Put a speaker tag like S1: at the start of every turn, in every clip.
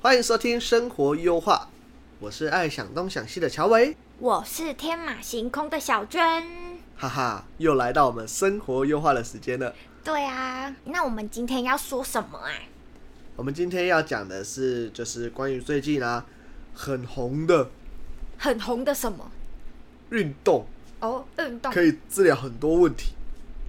S1: 欢迎收听《生活优化》，我是爱想东想西的乔伟，
S2: 我是天马行空的小娟。
S1: 哈哈，又来到我们生活优化的时间了。
S2: 对啊，那我们今天要说什么啊？
S1: 我们今天要讲的是，就是关于最近啊很红的
S2: 很红的什么？
S1: 运动，
S2: 哦，运动。
S1: 可以治疗很多问题。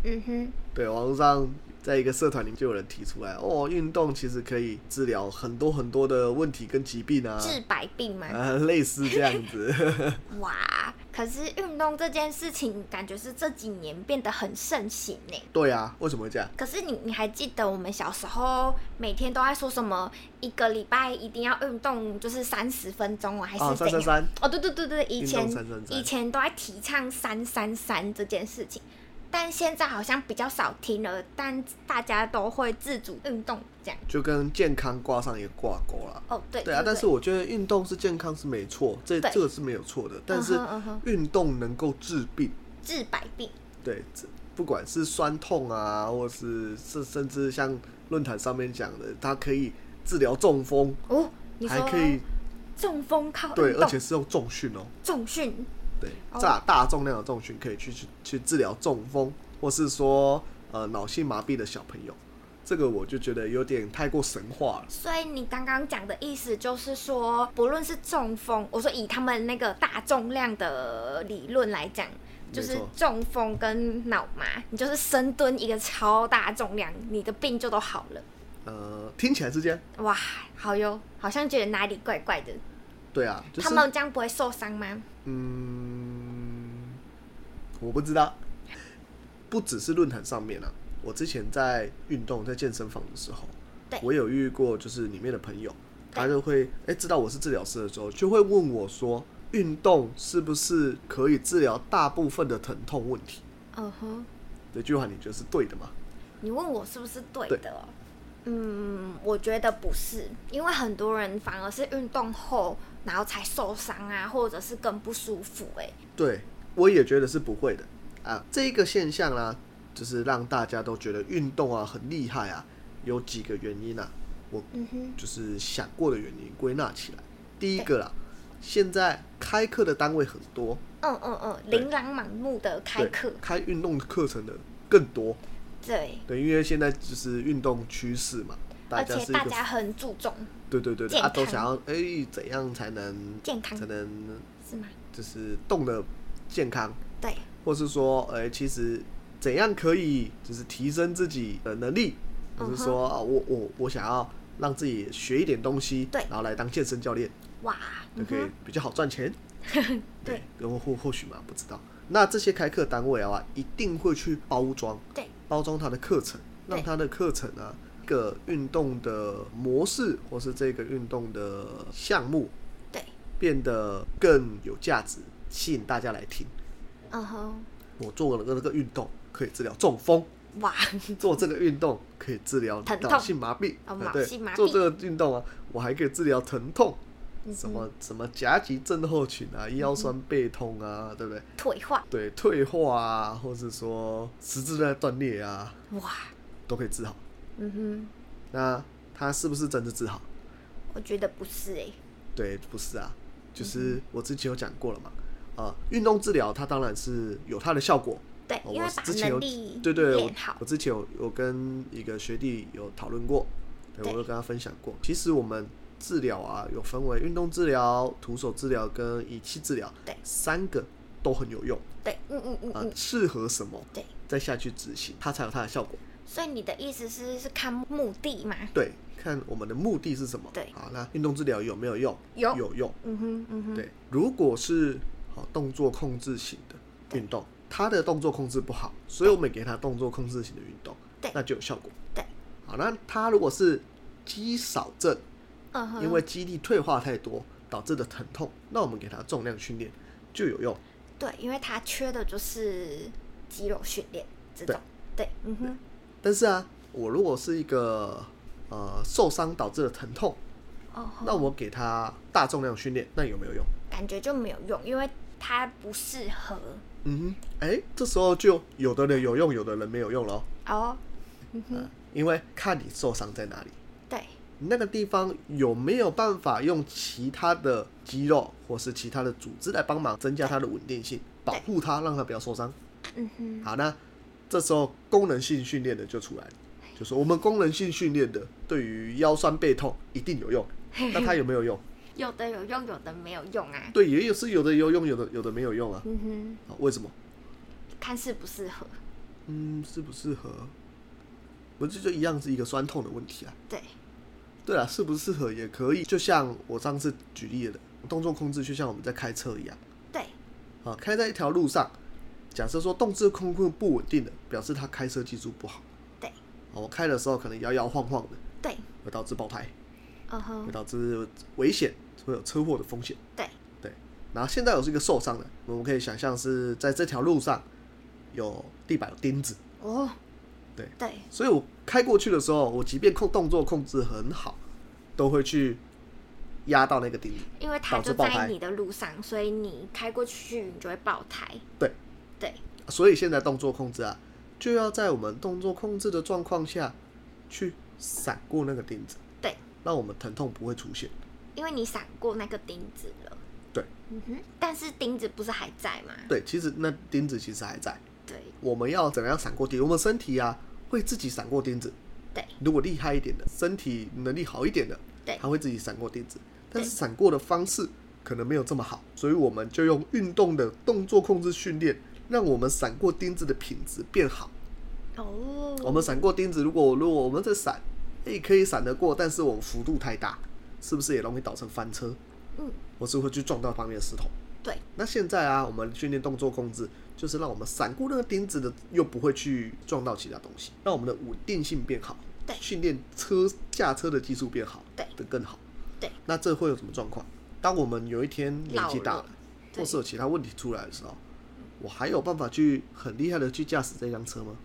S2: 嗯哼，
S1: 对，网络上在一个社团里就有人提出来，哦，运动其实可以治疗很多很多的问题跟疾病啊，
S2: 治百病吗？
S1: 呃，类似这样子。
S2: 哇，可是运动这件事情，感觉是这几年变得很盛行呢。
S1: 对啊，为什么会这样？
S2: 可是你你还记得我们小时候每天都在说什么？一个礼拜一定要运动，就是三十分钟哦，还
S1: 啊，
S2: 是
S1: 三三
S2: 怎样？
S1: 三，
S2: 哦，对对对对，以
S1: 运
S2: 前
S1: 动三三三
S2: 以前都在提倡三三三这件事情，但现在好像比较少听了，但大家都会自主运动这样。
S1: 就跟健康挂上一个挂钩啦。
S2: 哦，对
S1: 对啊，但是我觉得运动是健康是没错，这
S2: 对
S1: 这个是没有错的。但是
S2: 嗯哼嗯哼
S1: 运动能够治病，
S2: 治百病，
S1: 对，这不管是酸痛啊，或是甚甚至像论坛上面讲的，它可以治疗中风，
S2: 哦，你
S1: 还
S2: 说
S1: 可以
S2: 中风靠运动，
S1: 对，而且是用重训哦，
S2: 重训
S1: 对，
S2: 哦
S1: 大大重量的重训可以去去去治疗中风，或是说呃脑性麻痹的小朋友，这个我就觉得有点太过神话了。
S2: 所以你刚刚讲的意思就是说，不论是中风，我说以他们那个大重量的理论来讲，就
S1: 没
S2: 是
S1: 错
S2: 中风跟脑麻，你就是深蹲一个超大重量，你的病就都好了。
S1: 呃，听起来是这样，
S2: 哇，好哟，好像觉得哪里怪怪的。
S1: 对啊，就是
S2: 他们这样不会受伤吗？
S1: 嗯，我不知道，不只是论坛上面啊，我之前在运动在健身房的时候
S2: 对，
S1: 我有遇过就是里面的朋友，他就会哎、诶知道我是治疗师的时候，就会问我说，运动是不是可以治疗大部分的疼痛问题？
S2: 嗯哼，
S1: 这句话你觉得是对的吗？
S2: 你问我是不是对的哦？嗯，我觉得不是，因为很多人反而是运动后，然后才受伤啊，或者是更不舒服、欸。
S1: 对，我也觉得是不会的啊。这个现象啦、就是让大家都觉得运动啊很厉害啊，有几个原因啊，我
S2: 嗯哼，
S1: 就是想过的原因归纳起来。第一个啦，现在开课的单位很多，
S2: 嗯嗯嗯，
S1: 对
S2: 琳琅满目的开
S1: 对，
S2: 课，
S1: 开运动课程的更多，
S2: 对，
S1: 对，因为现在就是运动趋势嘛，大
S2: 而
S1: 家
S2: 且
S1: 是一
S2: 大
S1: 个
S2: 家很注重
S1: 对对对，
S2: 健
S1: 啊，都
S2: 康
S1: 想要哎、怎样才能
S2: 健康
S1: 才，能
S2: 是吗？
S1: 就是动的健康，
S2: 对，
S1: 或是说哎、其实怎样可以就是提升自己的能力，或是
S2: 嗯哼
S1: 说啊我我我想要让自己学一点东西，
S2: 对
S1: 然后来当健身教练。
S2: 哇，
S1: 就
S2: 嗯
S1: 可以
S2: 哼，
S1: 比较好赚钱。
S2: 对，
S1: 然后或或许嘛，不知道。那这些开课单位啊，一定会去包装，
S2: 对，
S1: 包装他的课程，
S2: 对
S1: 让他的课程啊，一个运动的模式或是这个运动的项目
S2: 对，
S1: 变得更有价值，吸引大家来听。
S2: 嗯哼，
S1: 我做了个那个运动，可以治疗中风；
S2: 哇，
S1: 做这个运动可以治疗
S2: 疼痛
S1: 脑性麻痹，
S2: 哦
S1: 对
S2: 脑
S1: 对
S2: 性麻痹
S1: 做这个运动啊，我还可以治疗疼痛。
S2: 嗯
S1: 什
S2: 哼，嗯
S1: 么什么夹脊症候群啊、腰酸背痛啊，对不对？
S2: 退化，
S1: 对，退化啊，或是说十字韧带断裂啊，
S2: 哇，
S1: 都可以治好。
S2: 嗯哼。
S1: 那它是不是真的治好？
S2: 我觉得不是哎、
S1: 对，不是啊，
S2: 嗯
S1: 就是我之前有讲过了嘛。啊、运动治疗它当然是有它的效果。
S2: 对，
S1: 哦
S2: 因
S1: 我
S2: 为
S1: 是
S2: 把
S1: 之前有
S2: 能力
S1: 对对，我
S2: 练好
S1: 我，之前有有跟一个学弟有讨论过，对
S2: 对
S1: 我有跟他分享过。其实我们治疗啊，有分为运动治疗、徒手治疗跟仪器治疗，
S2: 对
S1: 三个都很有用。
S2: 对，嗯嗯嗯
S1: 啊
S2: 嗯，，
S1: 适合什么，
S2: 对。
S1: 再下去执行，它才有它的效果。
S2: 所以你的意思是是看目的嘛？
S1: 对，看我们的目的是什么。
S2: 对
S1: 好，那运动治疗有没有用？
S2: 有
S1: 有用。
S2: 嗯哼，嗯哼，
S1: 对，如果是好动作控制型的
S2: 对
S1: 运动，他的动作控制不好，所以我们给他动作控制型的运动
S2: 对，
S1: 那就有效果。
S2: 对，
S1: 好，那他如果是肌少症，
S2: 嗯哼，
S1: 因为肌力退化太多导致的疼痛，那我们给他重量训练就有用。
S2: 对，因为他缺的就是肌肉训练这种，对，嗯哼，
S1: 但是啊，我如果是一个呃受伤导致的疼痛，
S2: 哦吼，
S1: 那我给他大重量训练，那有没有用？
S2: 感觉就没有用，因为它不适合
S1: 嗯哼，哎、这时候就有的人有用，有的人没有用咯。
S2: 哦，
S1: 嗯，因为看你受伤在哪里，
S2: 对，
S1: 你那个地方有没有办法用其他的肌肉或是其他的组织来帮忙增加它的稳定性，保护它，让它不要受伤。
S2: 嗯哼，
S1: 好，那这时候功能性训练的就出来了，就是我们功能性训练的对于腰酸背痛一定有用，那它有没有用？
S2: 有的有用，有的没有用啊，
S1: 对，也有是有的有用，有的有的没有用啊。
S2: 嗯
S1: 啊为什么？
S2: 哼，看适不适合，
S1: 嗯，适不适合？我这就一样是一个酸痛的问题啊。
S2: 对，
S1: 对啊，适不适合也可以，就像我上次举例的，动作控制就像我们在开车一样
S2: 对，
S1: 啊，开在一条路上，假设说动作控制不稳定的，表示他开车技术不好。
S2: 对，
S1: 啊我开的时候可能摇摇晃晃的，
S2: 对，
S1: 会导致爆胎，
S2: 嗯
S1: 会
S2: 哼，
S1: 导致危险，会有车祸的风险。
S2: 对，
S1: 对，然后现在我是一个受伤的，我们可以想象是在这条路上有地板有钉子，
S2: 哦，
S1: 对
S2: 对，
S1: 所以我开过去的时候，我即便控动作控制很好，都会去压到那个钉子。
S2: 因为它
S1: 导致
S2: 就
S1: 爆胎
S2: 在你的路上，所以你开过去，你就会爆胎，
S1: 对，
S2: 对，
S1: 所以现在动作控制啊，就要在我们动作控制的状况下去闪过那个钉子，
S2: 对，
S1: 让我们疼痛不会出现。
S2: 因为你闪过那个钉子了，
S1: 对，
S2: 嗯哼，但是钉子不是还在吗？
S1: 对，其实那钉子其实还在，
S2: 对，
S1: 我们要怎么样闪过钉子？我们身体啊会自己闪过钉子。
S2: 对，
S1: 如果厉害一点的，身体能力好一点的，
S2: 对
S1: 他会自己闪过钉子，但是闪过的方式可能没有这么好，所以我们就用运动的动作控制训练，让我们闪过钉子的品质变好。
S2: 哦，
S1: 我们闪过钉子，如果如果我们在闪，也可以闪得过，但是我们幅度太大，是不是也容易导成翻车？
S2: 嗯，
S1: 或是会去撞到旁边的石头？
S2: 对，
S1: 那现在啊，我们训练动作控制，就是让我们闪过那个钉子的，又不会去撞到其他东西，让我们的稳定性变好，
S2: 对
S1: 训练车下车的技术变好，
S2: 对
S1: 的更好，
S2: 对。
S1: 那这会有什么状况？当我们有一天年纪大
S2: 老
S1: 了
S2: 了，对
S1: 或是有其他问题出来的时候，我还有办法去很厉害的去驾驶这辆车吗？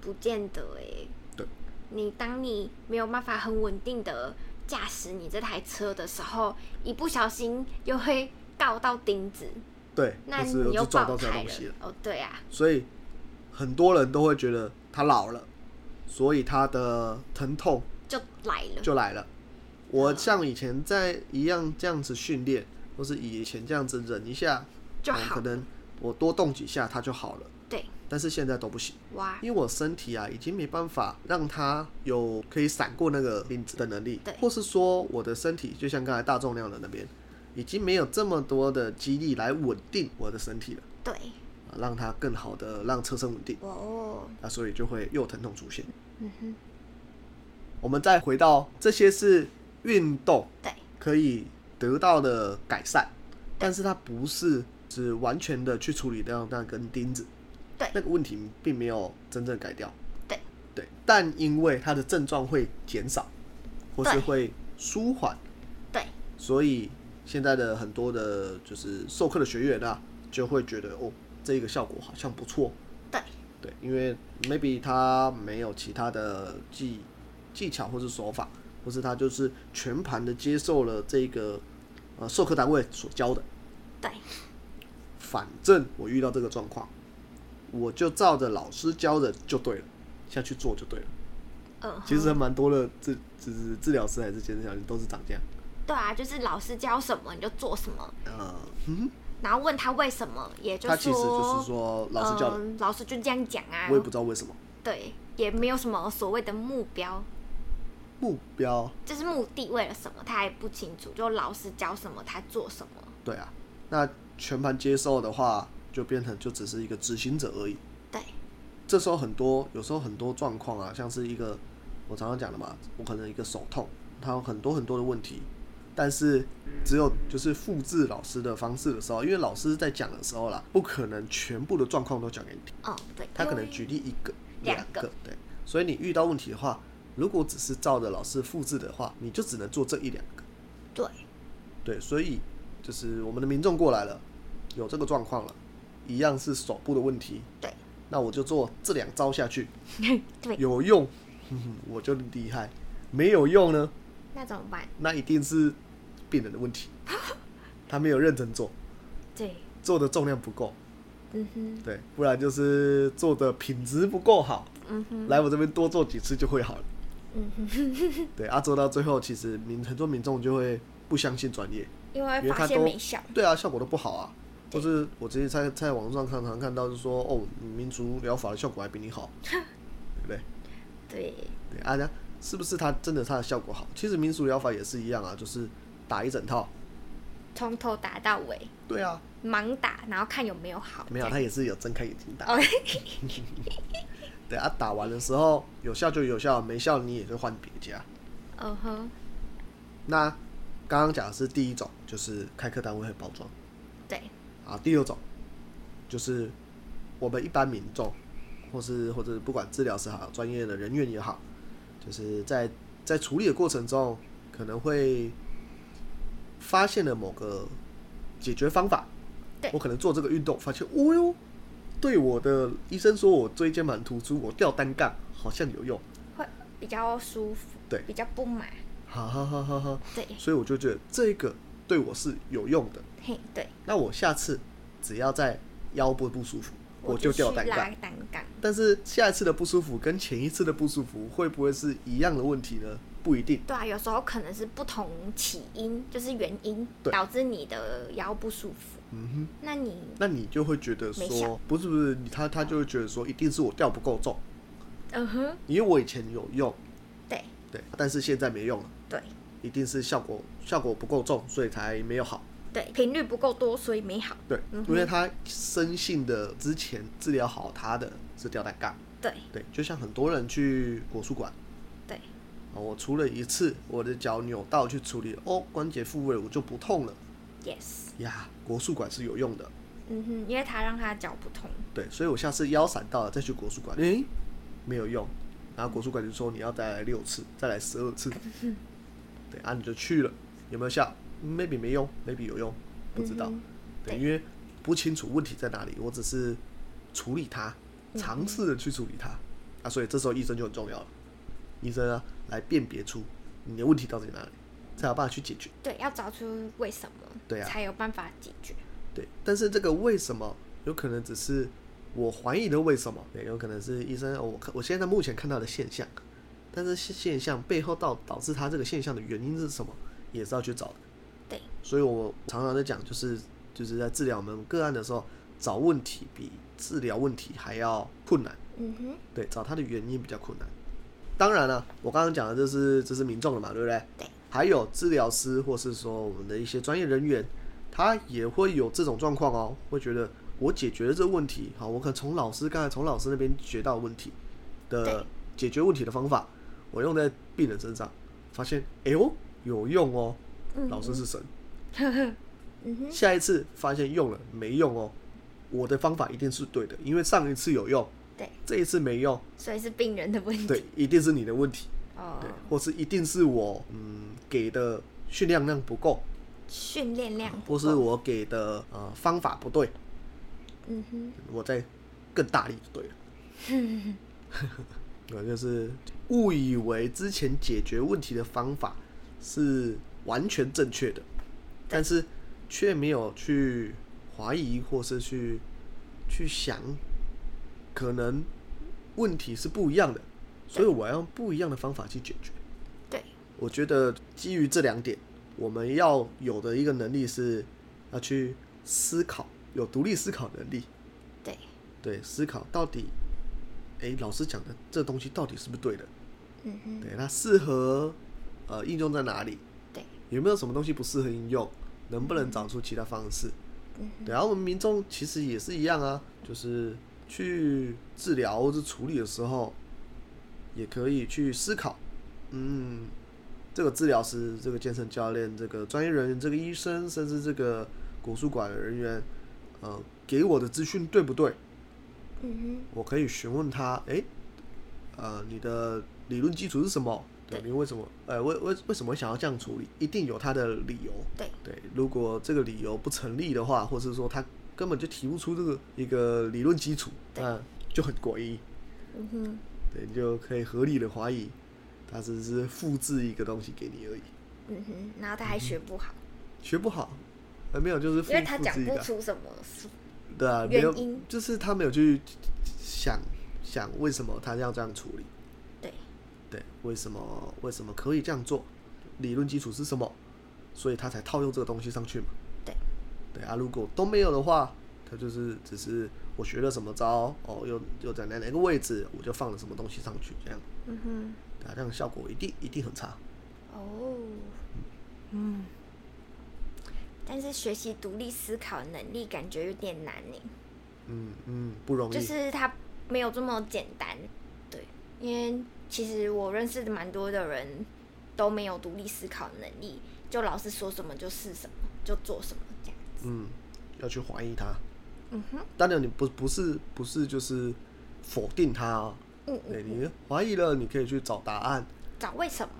S2: 不见得哎、
S1: 对，
S2: 你当你没有办法很稳定的驾驶你这台车的时候，一不小心又会告到钉子，
S1: 对，
S2: 那
S1: 或是有
S2: 你
S1: 去
S2: 又
S1: 撞到
S2: 爆
S1: 这些
S2: 胎
S1: 东西了
S2: 了。。哦，对啊，
S1: 所以很多人都会觉得他老了，所以他的疼痛
S2: 就来了。
S1: 就来了。
S2: 嗯
S1: 我像以前在一样这样子训练，或是以前这样子忍一下，
S2: 就
S1: 嗯
S2: 好
S1: 可能我多动几下它就好了。
S2: 对，
S1: 但是现在都不行，
S2: 哇，
S1: 因为我身体啊已经没办法让它有可以闪过那个钉子的能力
S2: 对，
S1: 或是说我的身体就像刚才大重量的那边，已经没有这么多的肌力来稳定我的身体了。
S2: 对，
S1: 啊让它更好的让车身稳定，
S2: 哦，
S1: 那所以就会又疼痛出现。
S2: 嗯哼，
S1: 我们再回到这些是运动
S2: 对，
S1: 可以得到的改善，但是它不是只完全的去处理掉那根钉子，
S2: 对
S1: 那个问题并没有真正改掉，
S2: 对，
S1: 对，但因为它的症状会减少，或是
S2: 对
S1: 会舒缓，
S2: 对，
S1: 所以现在的很多的就是授课的学员啊，就会觉得哦，这个效果好像不错，
S2: 对，
S1: 对，因为 maybe 他没有其他的技技巧或是手法，或是他就是全盘的接受了这个呃授课单位所教的。
S2: 对，
S1: 反正我遇到这个状况，我就照着老师教的就对了，下去做就对了。
S2: 嗯哼，
S1: 其实还蛮多的治治治疗师还是健身教练都是长这样。
S2: 对啊，就是老师教什么你就做什么，
S1: 呃，嗯，
S2: 然后问他为什么，也就
S1: 他其实就是说老师教的，
S2: 嗯，老师就这样讲啊
S1: 我，也不知道为什么
S2: 对，也没有什么所谓的目标，
S1: 目标。
S2: 就是目的为了什么，他还不清楚。就老师教什么，他做什么。
S1: 对啊，那全盘接受的话，就变成就只是一个执行者而已。
S2: 对，
S1: 这时候很多，有时候很多状况啊，像是一个我常常讲的嘛，我可能一个手痛，它有很多很多的问题，但是只有就是复制老师的方式的时候，因为老师在讲的时候啦，不可能全部的状况都讲给你听，
S2: 哦，对，
S1: 他可
S2: 因
S1: 能
S2: 为
S1: 举例一个、
S2: 两
S1: 两
S2: 个
S1: 个，对。所以你遇到问题的话，如果只是照着老师复制的话，你就只能做这一两个，
S2: 对，
S1: 对。所以就是我们的民众过来了，有这个状况了，一样是手部的问题，
S2: 对，
S1: 那我就做这两招下去，
S2: 对，
S1: 有用， 哼哼我就厉害；没有用呢，
S2: 那怎么办？
S1: 那一定是病人的 问题，他没有认真做，
S2: 对，
S1: 做的重量不够，
S2: 嗯哼，
S1: 对，不然就是做的品质不够好。
S2: 嗯哼，
S1: 来我这边多做几次就会好了。
S2: 嗯哼，
S1: 对啊，做到最后，其实民很多民众就会不相信专业，
S2: 因为
S1: 因为
S2: 发
S1: 他
S2: 现
S1: 都
S2: 没效，
S1: 对啊，效果都不好啊。或
S2: 对
S1: 是我之前在在网络上常常看到，就是说哦，民族疗法的效果还比你 好，对不对？
S2: 对，
S1: 对啊，那是不是它真的它的效果好？其实民俗疗法也是一样啊，就是打一整套。
S2: 从头打到尾，
S1: 对啊，
S2: 盲打，然后看有没有好，
S1: 没有，
S2: 这
S1: 他
S2: 样
S1: 也是有睁开眼睛打。
S2: 哦，
S1: 对啊，打完的时候有效就有效，没效你也就换别家。
S2: 嗯哼，
S1: 那刚刚讲的是第一种，就是开课单位会包装
S2: 对，
S1: 啊。第二种就是我们一般民众，或是或者不管治疗师好，专业的人员也好，就是在在处理的过程中，可能会发现了某个解决方法
S2: 对。
S1: 我可能做这个运动，发现哦哟，对我的医生说我椎间盘突出，我吊单杠好像有用，
S2: 会比较舒服，
S1: 对
S2: 比较不麻，
S1: 哈哈哈哈哈。
S2: 对，
S1: 所以我就觉得这个对我是有用的。
S2: 嘿，对，
S1: 那我下次只要在腰部不舒服，我就
S2: 去
S1: 吊单
S2: 拉
S1: 杠。
S2: 单杠，
S1: 但是下一次的不舒服跟前一次的不舒服会不会是一样的问题呢？不一定。
S2: 对啊，有时候可能是不同起因，就是原因
S1: 对
S2: 导致你的腰不舒服，
S1: 嗯哼，
S2: 那你
S1: 那你就会觉得
S2: 没效
S1: 说，不是不是，你他他就会觉得说，一定是我吊不够重，
S2: 嗯哼，
S1: 因为我以前有用，
S2: 对
S1: 对，但是现在没用了，
S2: 对
S1: 一定是效果效果不够重，所以才没有好。
S2: 对，频率不够多，所以没好，
S1: 对，
S2: 嗯哼
S1: 因为他生性的之前治疗好他的是吊带杠，
S2: 对
S1: 对，就像很多人去国术馆，
S2: 对
S1: 啊，我除了一次我的脚扭到去处理，哦，关节复位我就不痛了
S2: ，yes，
S1: 呀。国术馆是有用的，
S2: 嗯哼，因为它让它脚不痛，
S1: 对，所以我下次腰闪到了再去国术馆，诶、没有用，然后国术馆就说你要再来六次，再来十二次，对啊，你就去了，有没有效嗯？maybe 没用，maybe 有用，不知道，
S2: 嗯哼
S1: 对，
S2: 对
S1: 因为不清楚问题在哪里，我只是处理它，
S2: 嗯
S1: 尝试的去处理它，啊，所以这时候医生就很重要了，医生啊来辨别出你的问题到底在哪里，才有办法去解决。
S2: 对，要找出为什么，
S1: 对啊
S2: 才有办法解决，
S1: 对，但是这个为什么有可能只是我怀疑的为什么，也有可能是医生哦我看我现在目前看到的现象，但是现现象背后到导致他这个现象的原因是什么，也是要去找的。
S2: 对，
S1: 所以我常常在讲，就是就是在治疗我们个案的时候，找问题比治疗问题还要困难。
S2: 嗯哼，
S1: 对，找它的原因比较困难。当然了、啊我刚刚讲的这是这是民众了嘛，对不对？
S2: 对。
S1: 还有治疗师或是说我们的一些专业人员，他也会有这种状况哦，会觉得我解决了这个问题，好，我可能从老师刚才从老师那边学到问题的
S2: 对
S1: 解决问题的方法，我用在病人身上，发现哎呦有用哦，
S2: 嗯
S1: 老师是神。
S2: 嗯哼，
S1: 下一次发现用了没用哦，我的方法一定是对的，因为上一次有用，
S2: 对，
S1: 这一次没用，
S2: 所以是病人的问题，
S1: 对，一定是你的问题，
S2: 哦
S1: 对，，或是一定是我嗯给的训练量不够，
S2: 训练量不
S1: 或是
S2: 够，
S1: 我给的呃方法不对，
S2: 嗯哼，
S1: 我再更大力就对了。我就是误以为之前解决问题的方法是完全正确的，但是却没有去怀疑或是去去想，可能问题是不一样的，所以我要用不一样的方法去解决。
S2: 对，
S1: 我觉得基于这两点，我们要有的一个能力是要去思考，有独立思考能力。
S2: 对，
S1: 对，思考到底，诶，老师讲的这东西到底是不是对的？
S2: 嗯哼，
S1: 对，那适合呃应用在哪里？
S2: 对，
S1: 有没有什么东西不适合应用？能不能找出其他方式？
S2: 嗯
S1: 对，啊然后我们民众其实也是一样啊，就是去治疗或者处理的时候，也可以去思考，嗯，这个治疗师、这个健身教练、这个专业人员、这个医生，甚至这个国术馆的人员，呃，给我的资讯对不对？
S2: 嗯
S1: 我可以询问他，诶，呃，你的理论基础是什么？对，
S2: 对
S1: 你为什么，呃，为为为什么想要这样处理？一定有他的理由。
S2: 对
S1: 对，如果这个理由不成立的话，或是说他根本就提不出这个一个理论基础，
S2: 对
S1: 那就很诡异。
S2: 哼，嗯哼，
S1: 对，你就可以合理的怀疑，他只是复制一个东西给你而已，
S2: 嗯哼，然后他还学不好，
S1: 学不好，呃，没有，就是复
S2: 因为他
S1: 复
S2: 讲
S1: 制一
S2: 不
S1: 个啊
S2: 出什么是
S1: 对啊，没
S2: 原
S1: 有
S2: 因，
S1: 就是他没有去想想为什么他要这样处理，
S2: 对，
S1: 对，为什么为什么可以这样做，理论基础是什么，所以他才套用这个东西上去嘛，
S2: 对，
S1: 对啊，如果都没有的话，他就是只是我学了什么招，哦，又又在哪哪个位置，我就放了什么东西上去，这样，
S2: 嗯
S1: 对啊，这样效果一定一定很差，
S2: 哼，哦，嗯，但是学习独立思考能力感觉有点难呢，
S1: 嗯嗯，不容易，
S2: 就是他没有这么简单，对，因为其实我认识的蛮多的人都没有独立思考能力，就老是说什么就是什么，就做什么这样子，
S1: 嗯，要去怀疑他。
S2: 嗯哼，
S1: 当然，你不不是不是就是否定他、哦，
S2: 嗯
S1: 对
S2: 嗯，
S1: 你怀疑了，你可以去找答案，
S2: 找为什么，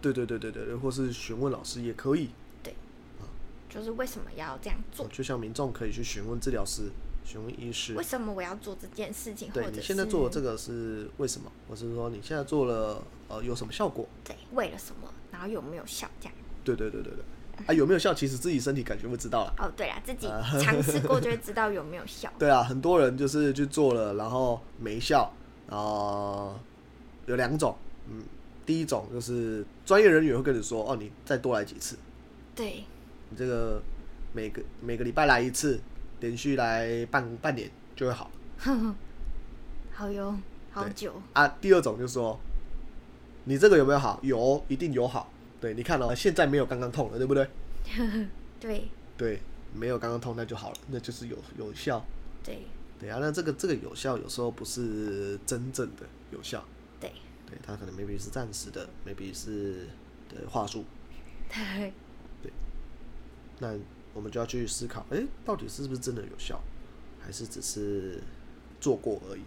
S1: 对对对对对，或是询问老师也可以。
S2: 对，嗯就是为什么要这样做
S1: 哦，就像民众可以去询问治疗师、询问医师
S2: 为，什么我要做这件事情，或
S1: 对
S2: 者
S1: 你现在做的这
S2: 个，
S1: 个是为什么？或是说你现在做了呃有什么效果？
S2: 对，为了什么，然后有没有效这样。
S1: 对对对对对，啊有没有效？其实自己身体感觉会知道啦。
S2: 哦，对啦，自己
S1: 啊
S2: 尝试过就会知道有没有 效。
S1: 对啊，很多人就是去做了，然后没效，然后有两种，嗯，第一种就是专业人员会跟你说，哦，你再多来几次，
S2: 对，
S1: 你这个每个每个礼拜来一次，连续来半半年就会好
S2: 好哟，好
S1: 对
S2: 久，
S1: 啊。第二种就是说，你这个有没有好？有，哦一定有好。对，你看哦，现在没有刚刚痛了，对不对？
S2: 对
S1: 对，没有刚刚痛那就好了，那就是有有效。
S2: 对
S1: 对啊，那这个这个有效有时候不是真正的有效，
S2: 对
S1: 对，它可能 maybe 是暂时的，maybe 是的话术，
S2: 对，
S1: 那我们就要去思考，诶，到底是不是真的有效，还是只是做过而已？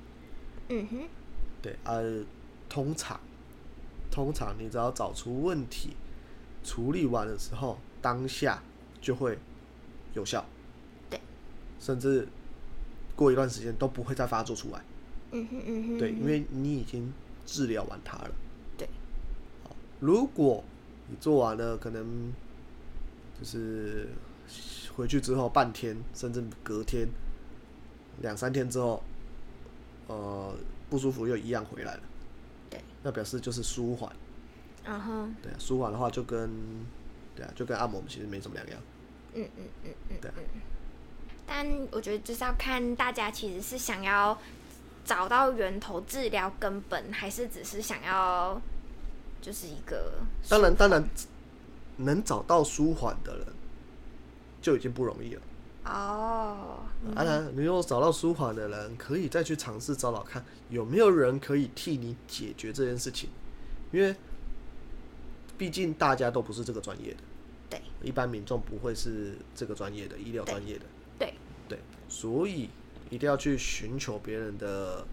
S2: 嗯哼，
S1: 对啊，通常通常你只要找出问题，处理完的时候，当下就会有效，
S2: 对，
S1: 甚至过一段时间都不会再发作出来。
S2: 嗯哼嗯哼，
S1: 对，因为你已经治疗完它了。
S2: 对，
S1: 如果你做完了，可能就是回去之后半天，甚至隔天两三天之后，呃，不舒服又一样回来了，
S2: 对，
S1: 那表示就是舒缓。
S2: 然后嗯
S1: 对啊，舒缓的话就跟对啊，就跟按摩其实没什么两样。
S2: 嗯嗯嗯嗯
S1: 对啊
S2: 嗯，但我觉得就是要看大家其实是想要找到源头治疗根本，还是只是想要就是一个
S1: 当然，当然能找到舒缓的人就已经不容易了。
S2: 哦，嗯
S1: 啊当然，你有找到舒缓的人，可以再去尝试找找看有没有人可以替你解决这件事情，因为毕竟大家都不是这个专业的，
S2: 对
S1: 一般民众不会是这个专业的医疗专业的，
S2: 对，
S1: 对，所以一定要去寻求别人的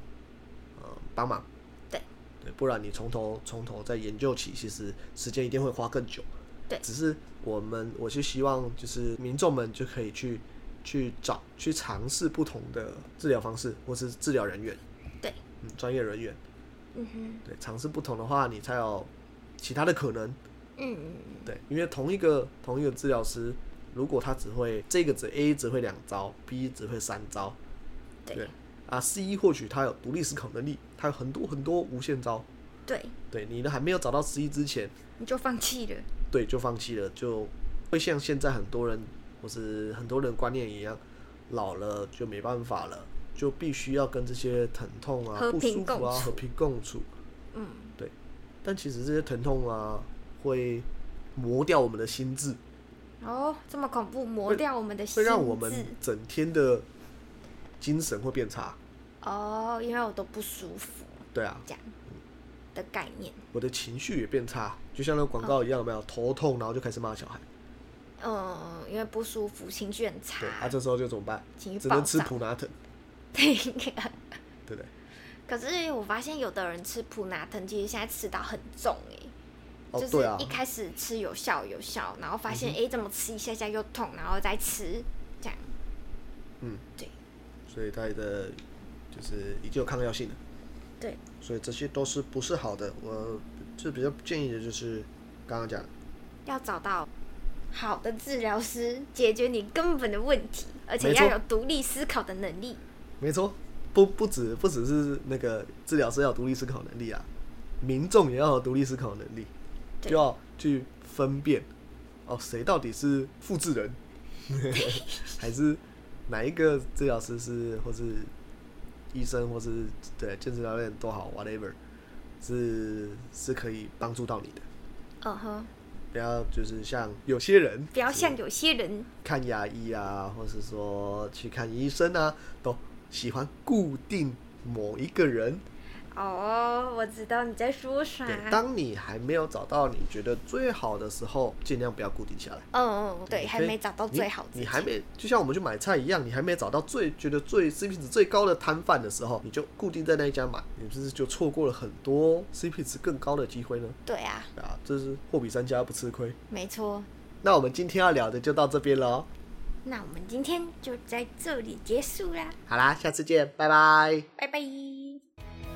S1: 呃帮忙，
S2: 对，
S1: 对，不然你从头从头再研究起，其实时间一定会花更久。
S2: 对
S1: 只是我们我是希望就是民众们就可以去去找去尝试不同的治疗方式，或是治疗人员，
S2: 对，
S1: 嗯，专业人员，
S2: 嗯哼，
S1: 对，尝试不同的话，你才有其他的可能。
S2: 嗯嗯嗯
S1: 对，因为同一个同一个治疗师，如果他只会这个只 A 只会两招，B 只会三招，对
S2: 对
S1: 啊，C 或许他有独立思考能力，他有很多很多无限招。
S2: 对，
S1: 对，你呢还没有找到 C 之前，
S2: 你就放弃了，
S1: 对，就放弃了，就会像现在很多人或是很多人观念一样，老了就没办法了，就必须要跟这些疼痛啊、
S2: 和
S1: 不舒
S2: 平
S1: 服啊
S2: 共处
S1: 和平共处。
S2: 嗯，
S1: 对，但其实这些疼痛啊，会磨掉我们的心智，
S2: 哦，这么恐怖，磨
S1: 会
S2: 掉我们的心
S1: 会
S2: 智。
S1: 让我们整天的精神会变差。
S2: 哦，因为我都不舒服，
S1: 对啊，
S2: 这样，的概念。
S1: 我的情绪也变差，就像那个广告一样，有没有头痛，然后就开始骂小孩。
S2: 嗯，因为不舒服，情绪很差
S1: 对，，啊，这时候就怎么办？
S2: 情绪
S1: 只
S2: 暴
S1: 能吃
S2: 躁。
S1: 普拿疼，
S2: 对，
S1: 对不对？
S2: 可是我发现有的人吃普拿疼，其实现在吃到很重哎、
S1: 哦，
S2: 就
S1: 对
S2: 是
S1: 啊嗯
S2: 一，开始吃有效有效，然后发现哎、诶怎么吃一下下又痛，然后再吃这样。
S1: 嗯，
S2: 对
S1: 所以它的就是已经有抗药性了，
S2: 对，
S1: 所以这些都是不是好的。我就比较建议的就是刚刚讲的，
S2: 要找到好的治疗师，解决你根本的问题，而且
S1: 没错
S2: 要有独立思考的能力。
S1: 没错，不不止不只是那个治疗师要有独立思考能力啊，民众也要有独立思考能力，
S2: 对
S1: 就要去分辨哦，谁到底是复制人， 还是哪一个治疗师是或是医生或是对健身教练都好，whatever，是是可以帮助到你的。
S2: 嗯哼，
S1: 不要就是像有些人
S2: 不要像有些人，
S1: 看牙医啊，或是说去看医生啊，都喜欢固定某一个人。
S2: 哦，我知道你在说啥。
S1: 对，当你还没有找到你觉得最好的时候，尽量不要固定下来。
S2: 嗯，嗯对，
S1: 你
S2: 还
S1: 可以
S2: 没找到
S1: 你
S2: 最好自己。
S1: 你还没就像我们去买菜一样，你还没找到最觉得最 CP 值最高的摊贩的时候，你就固定在那一家买，你是不是就错过了很多 CP 值更高的机会呢？
S2: 对啊，
S1: 对啊，这是货比三家不吃亏。
S2: 没错。
S1: 那我们今天要聊的就到这边喽。
S2: 那我们今天就在这里结束啦，
S1: 好啦，下次见，拜拜。
S2: 拜拜。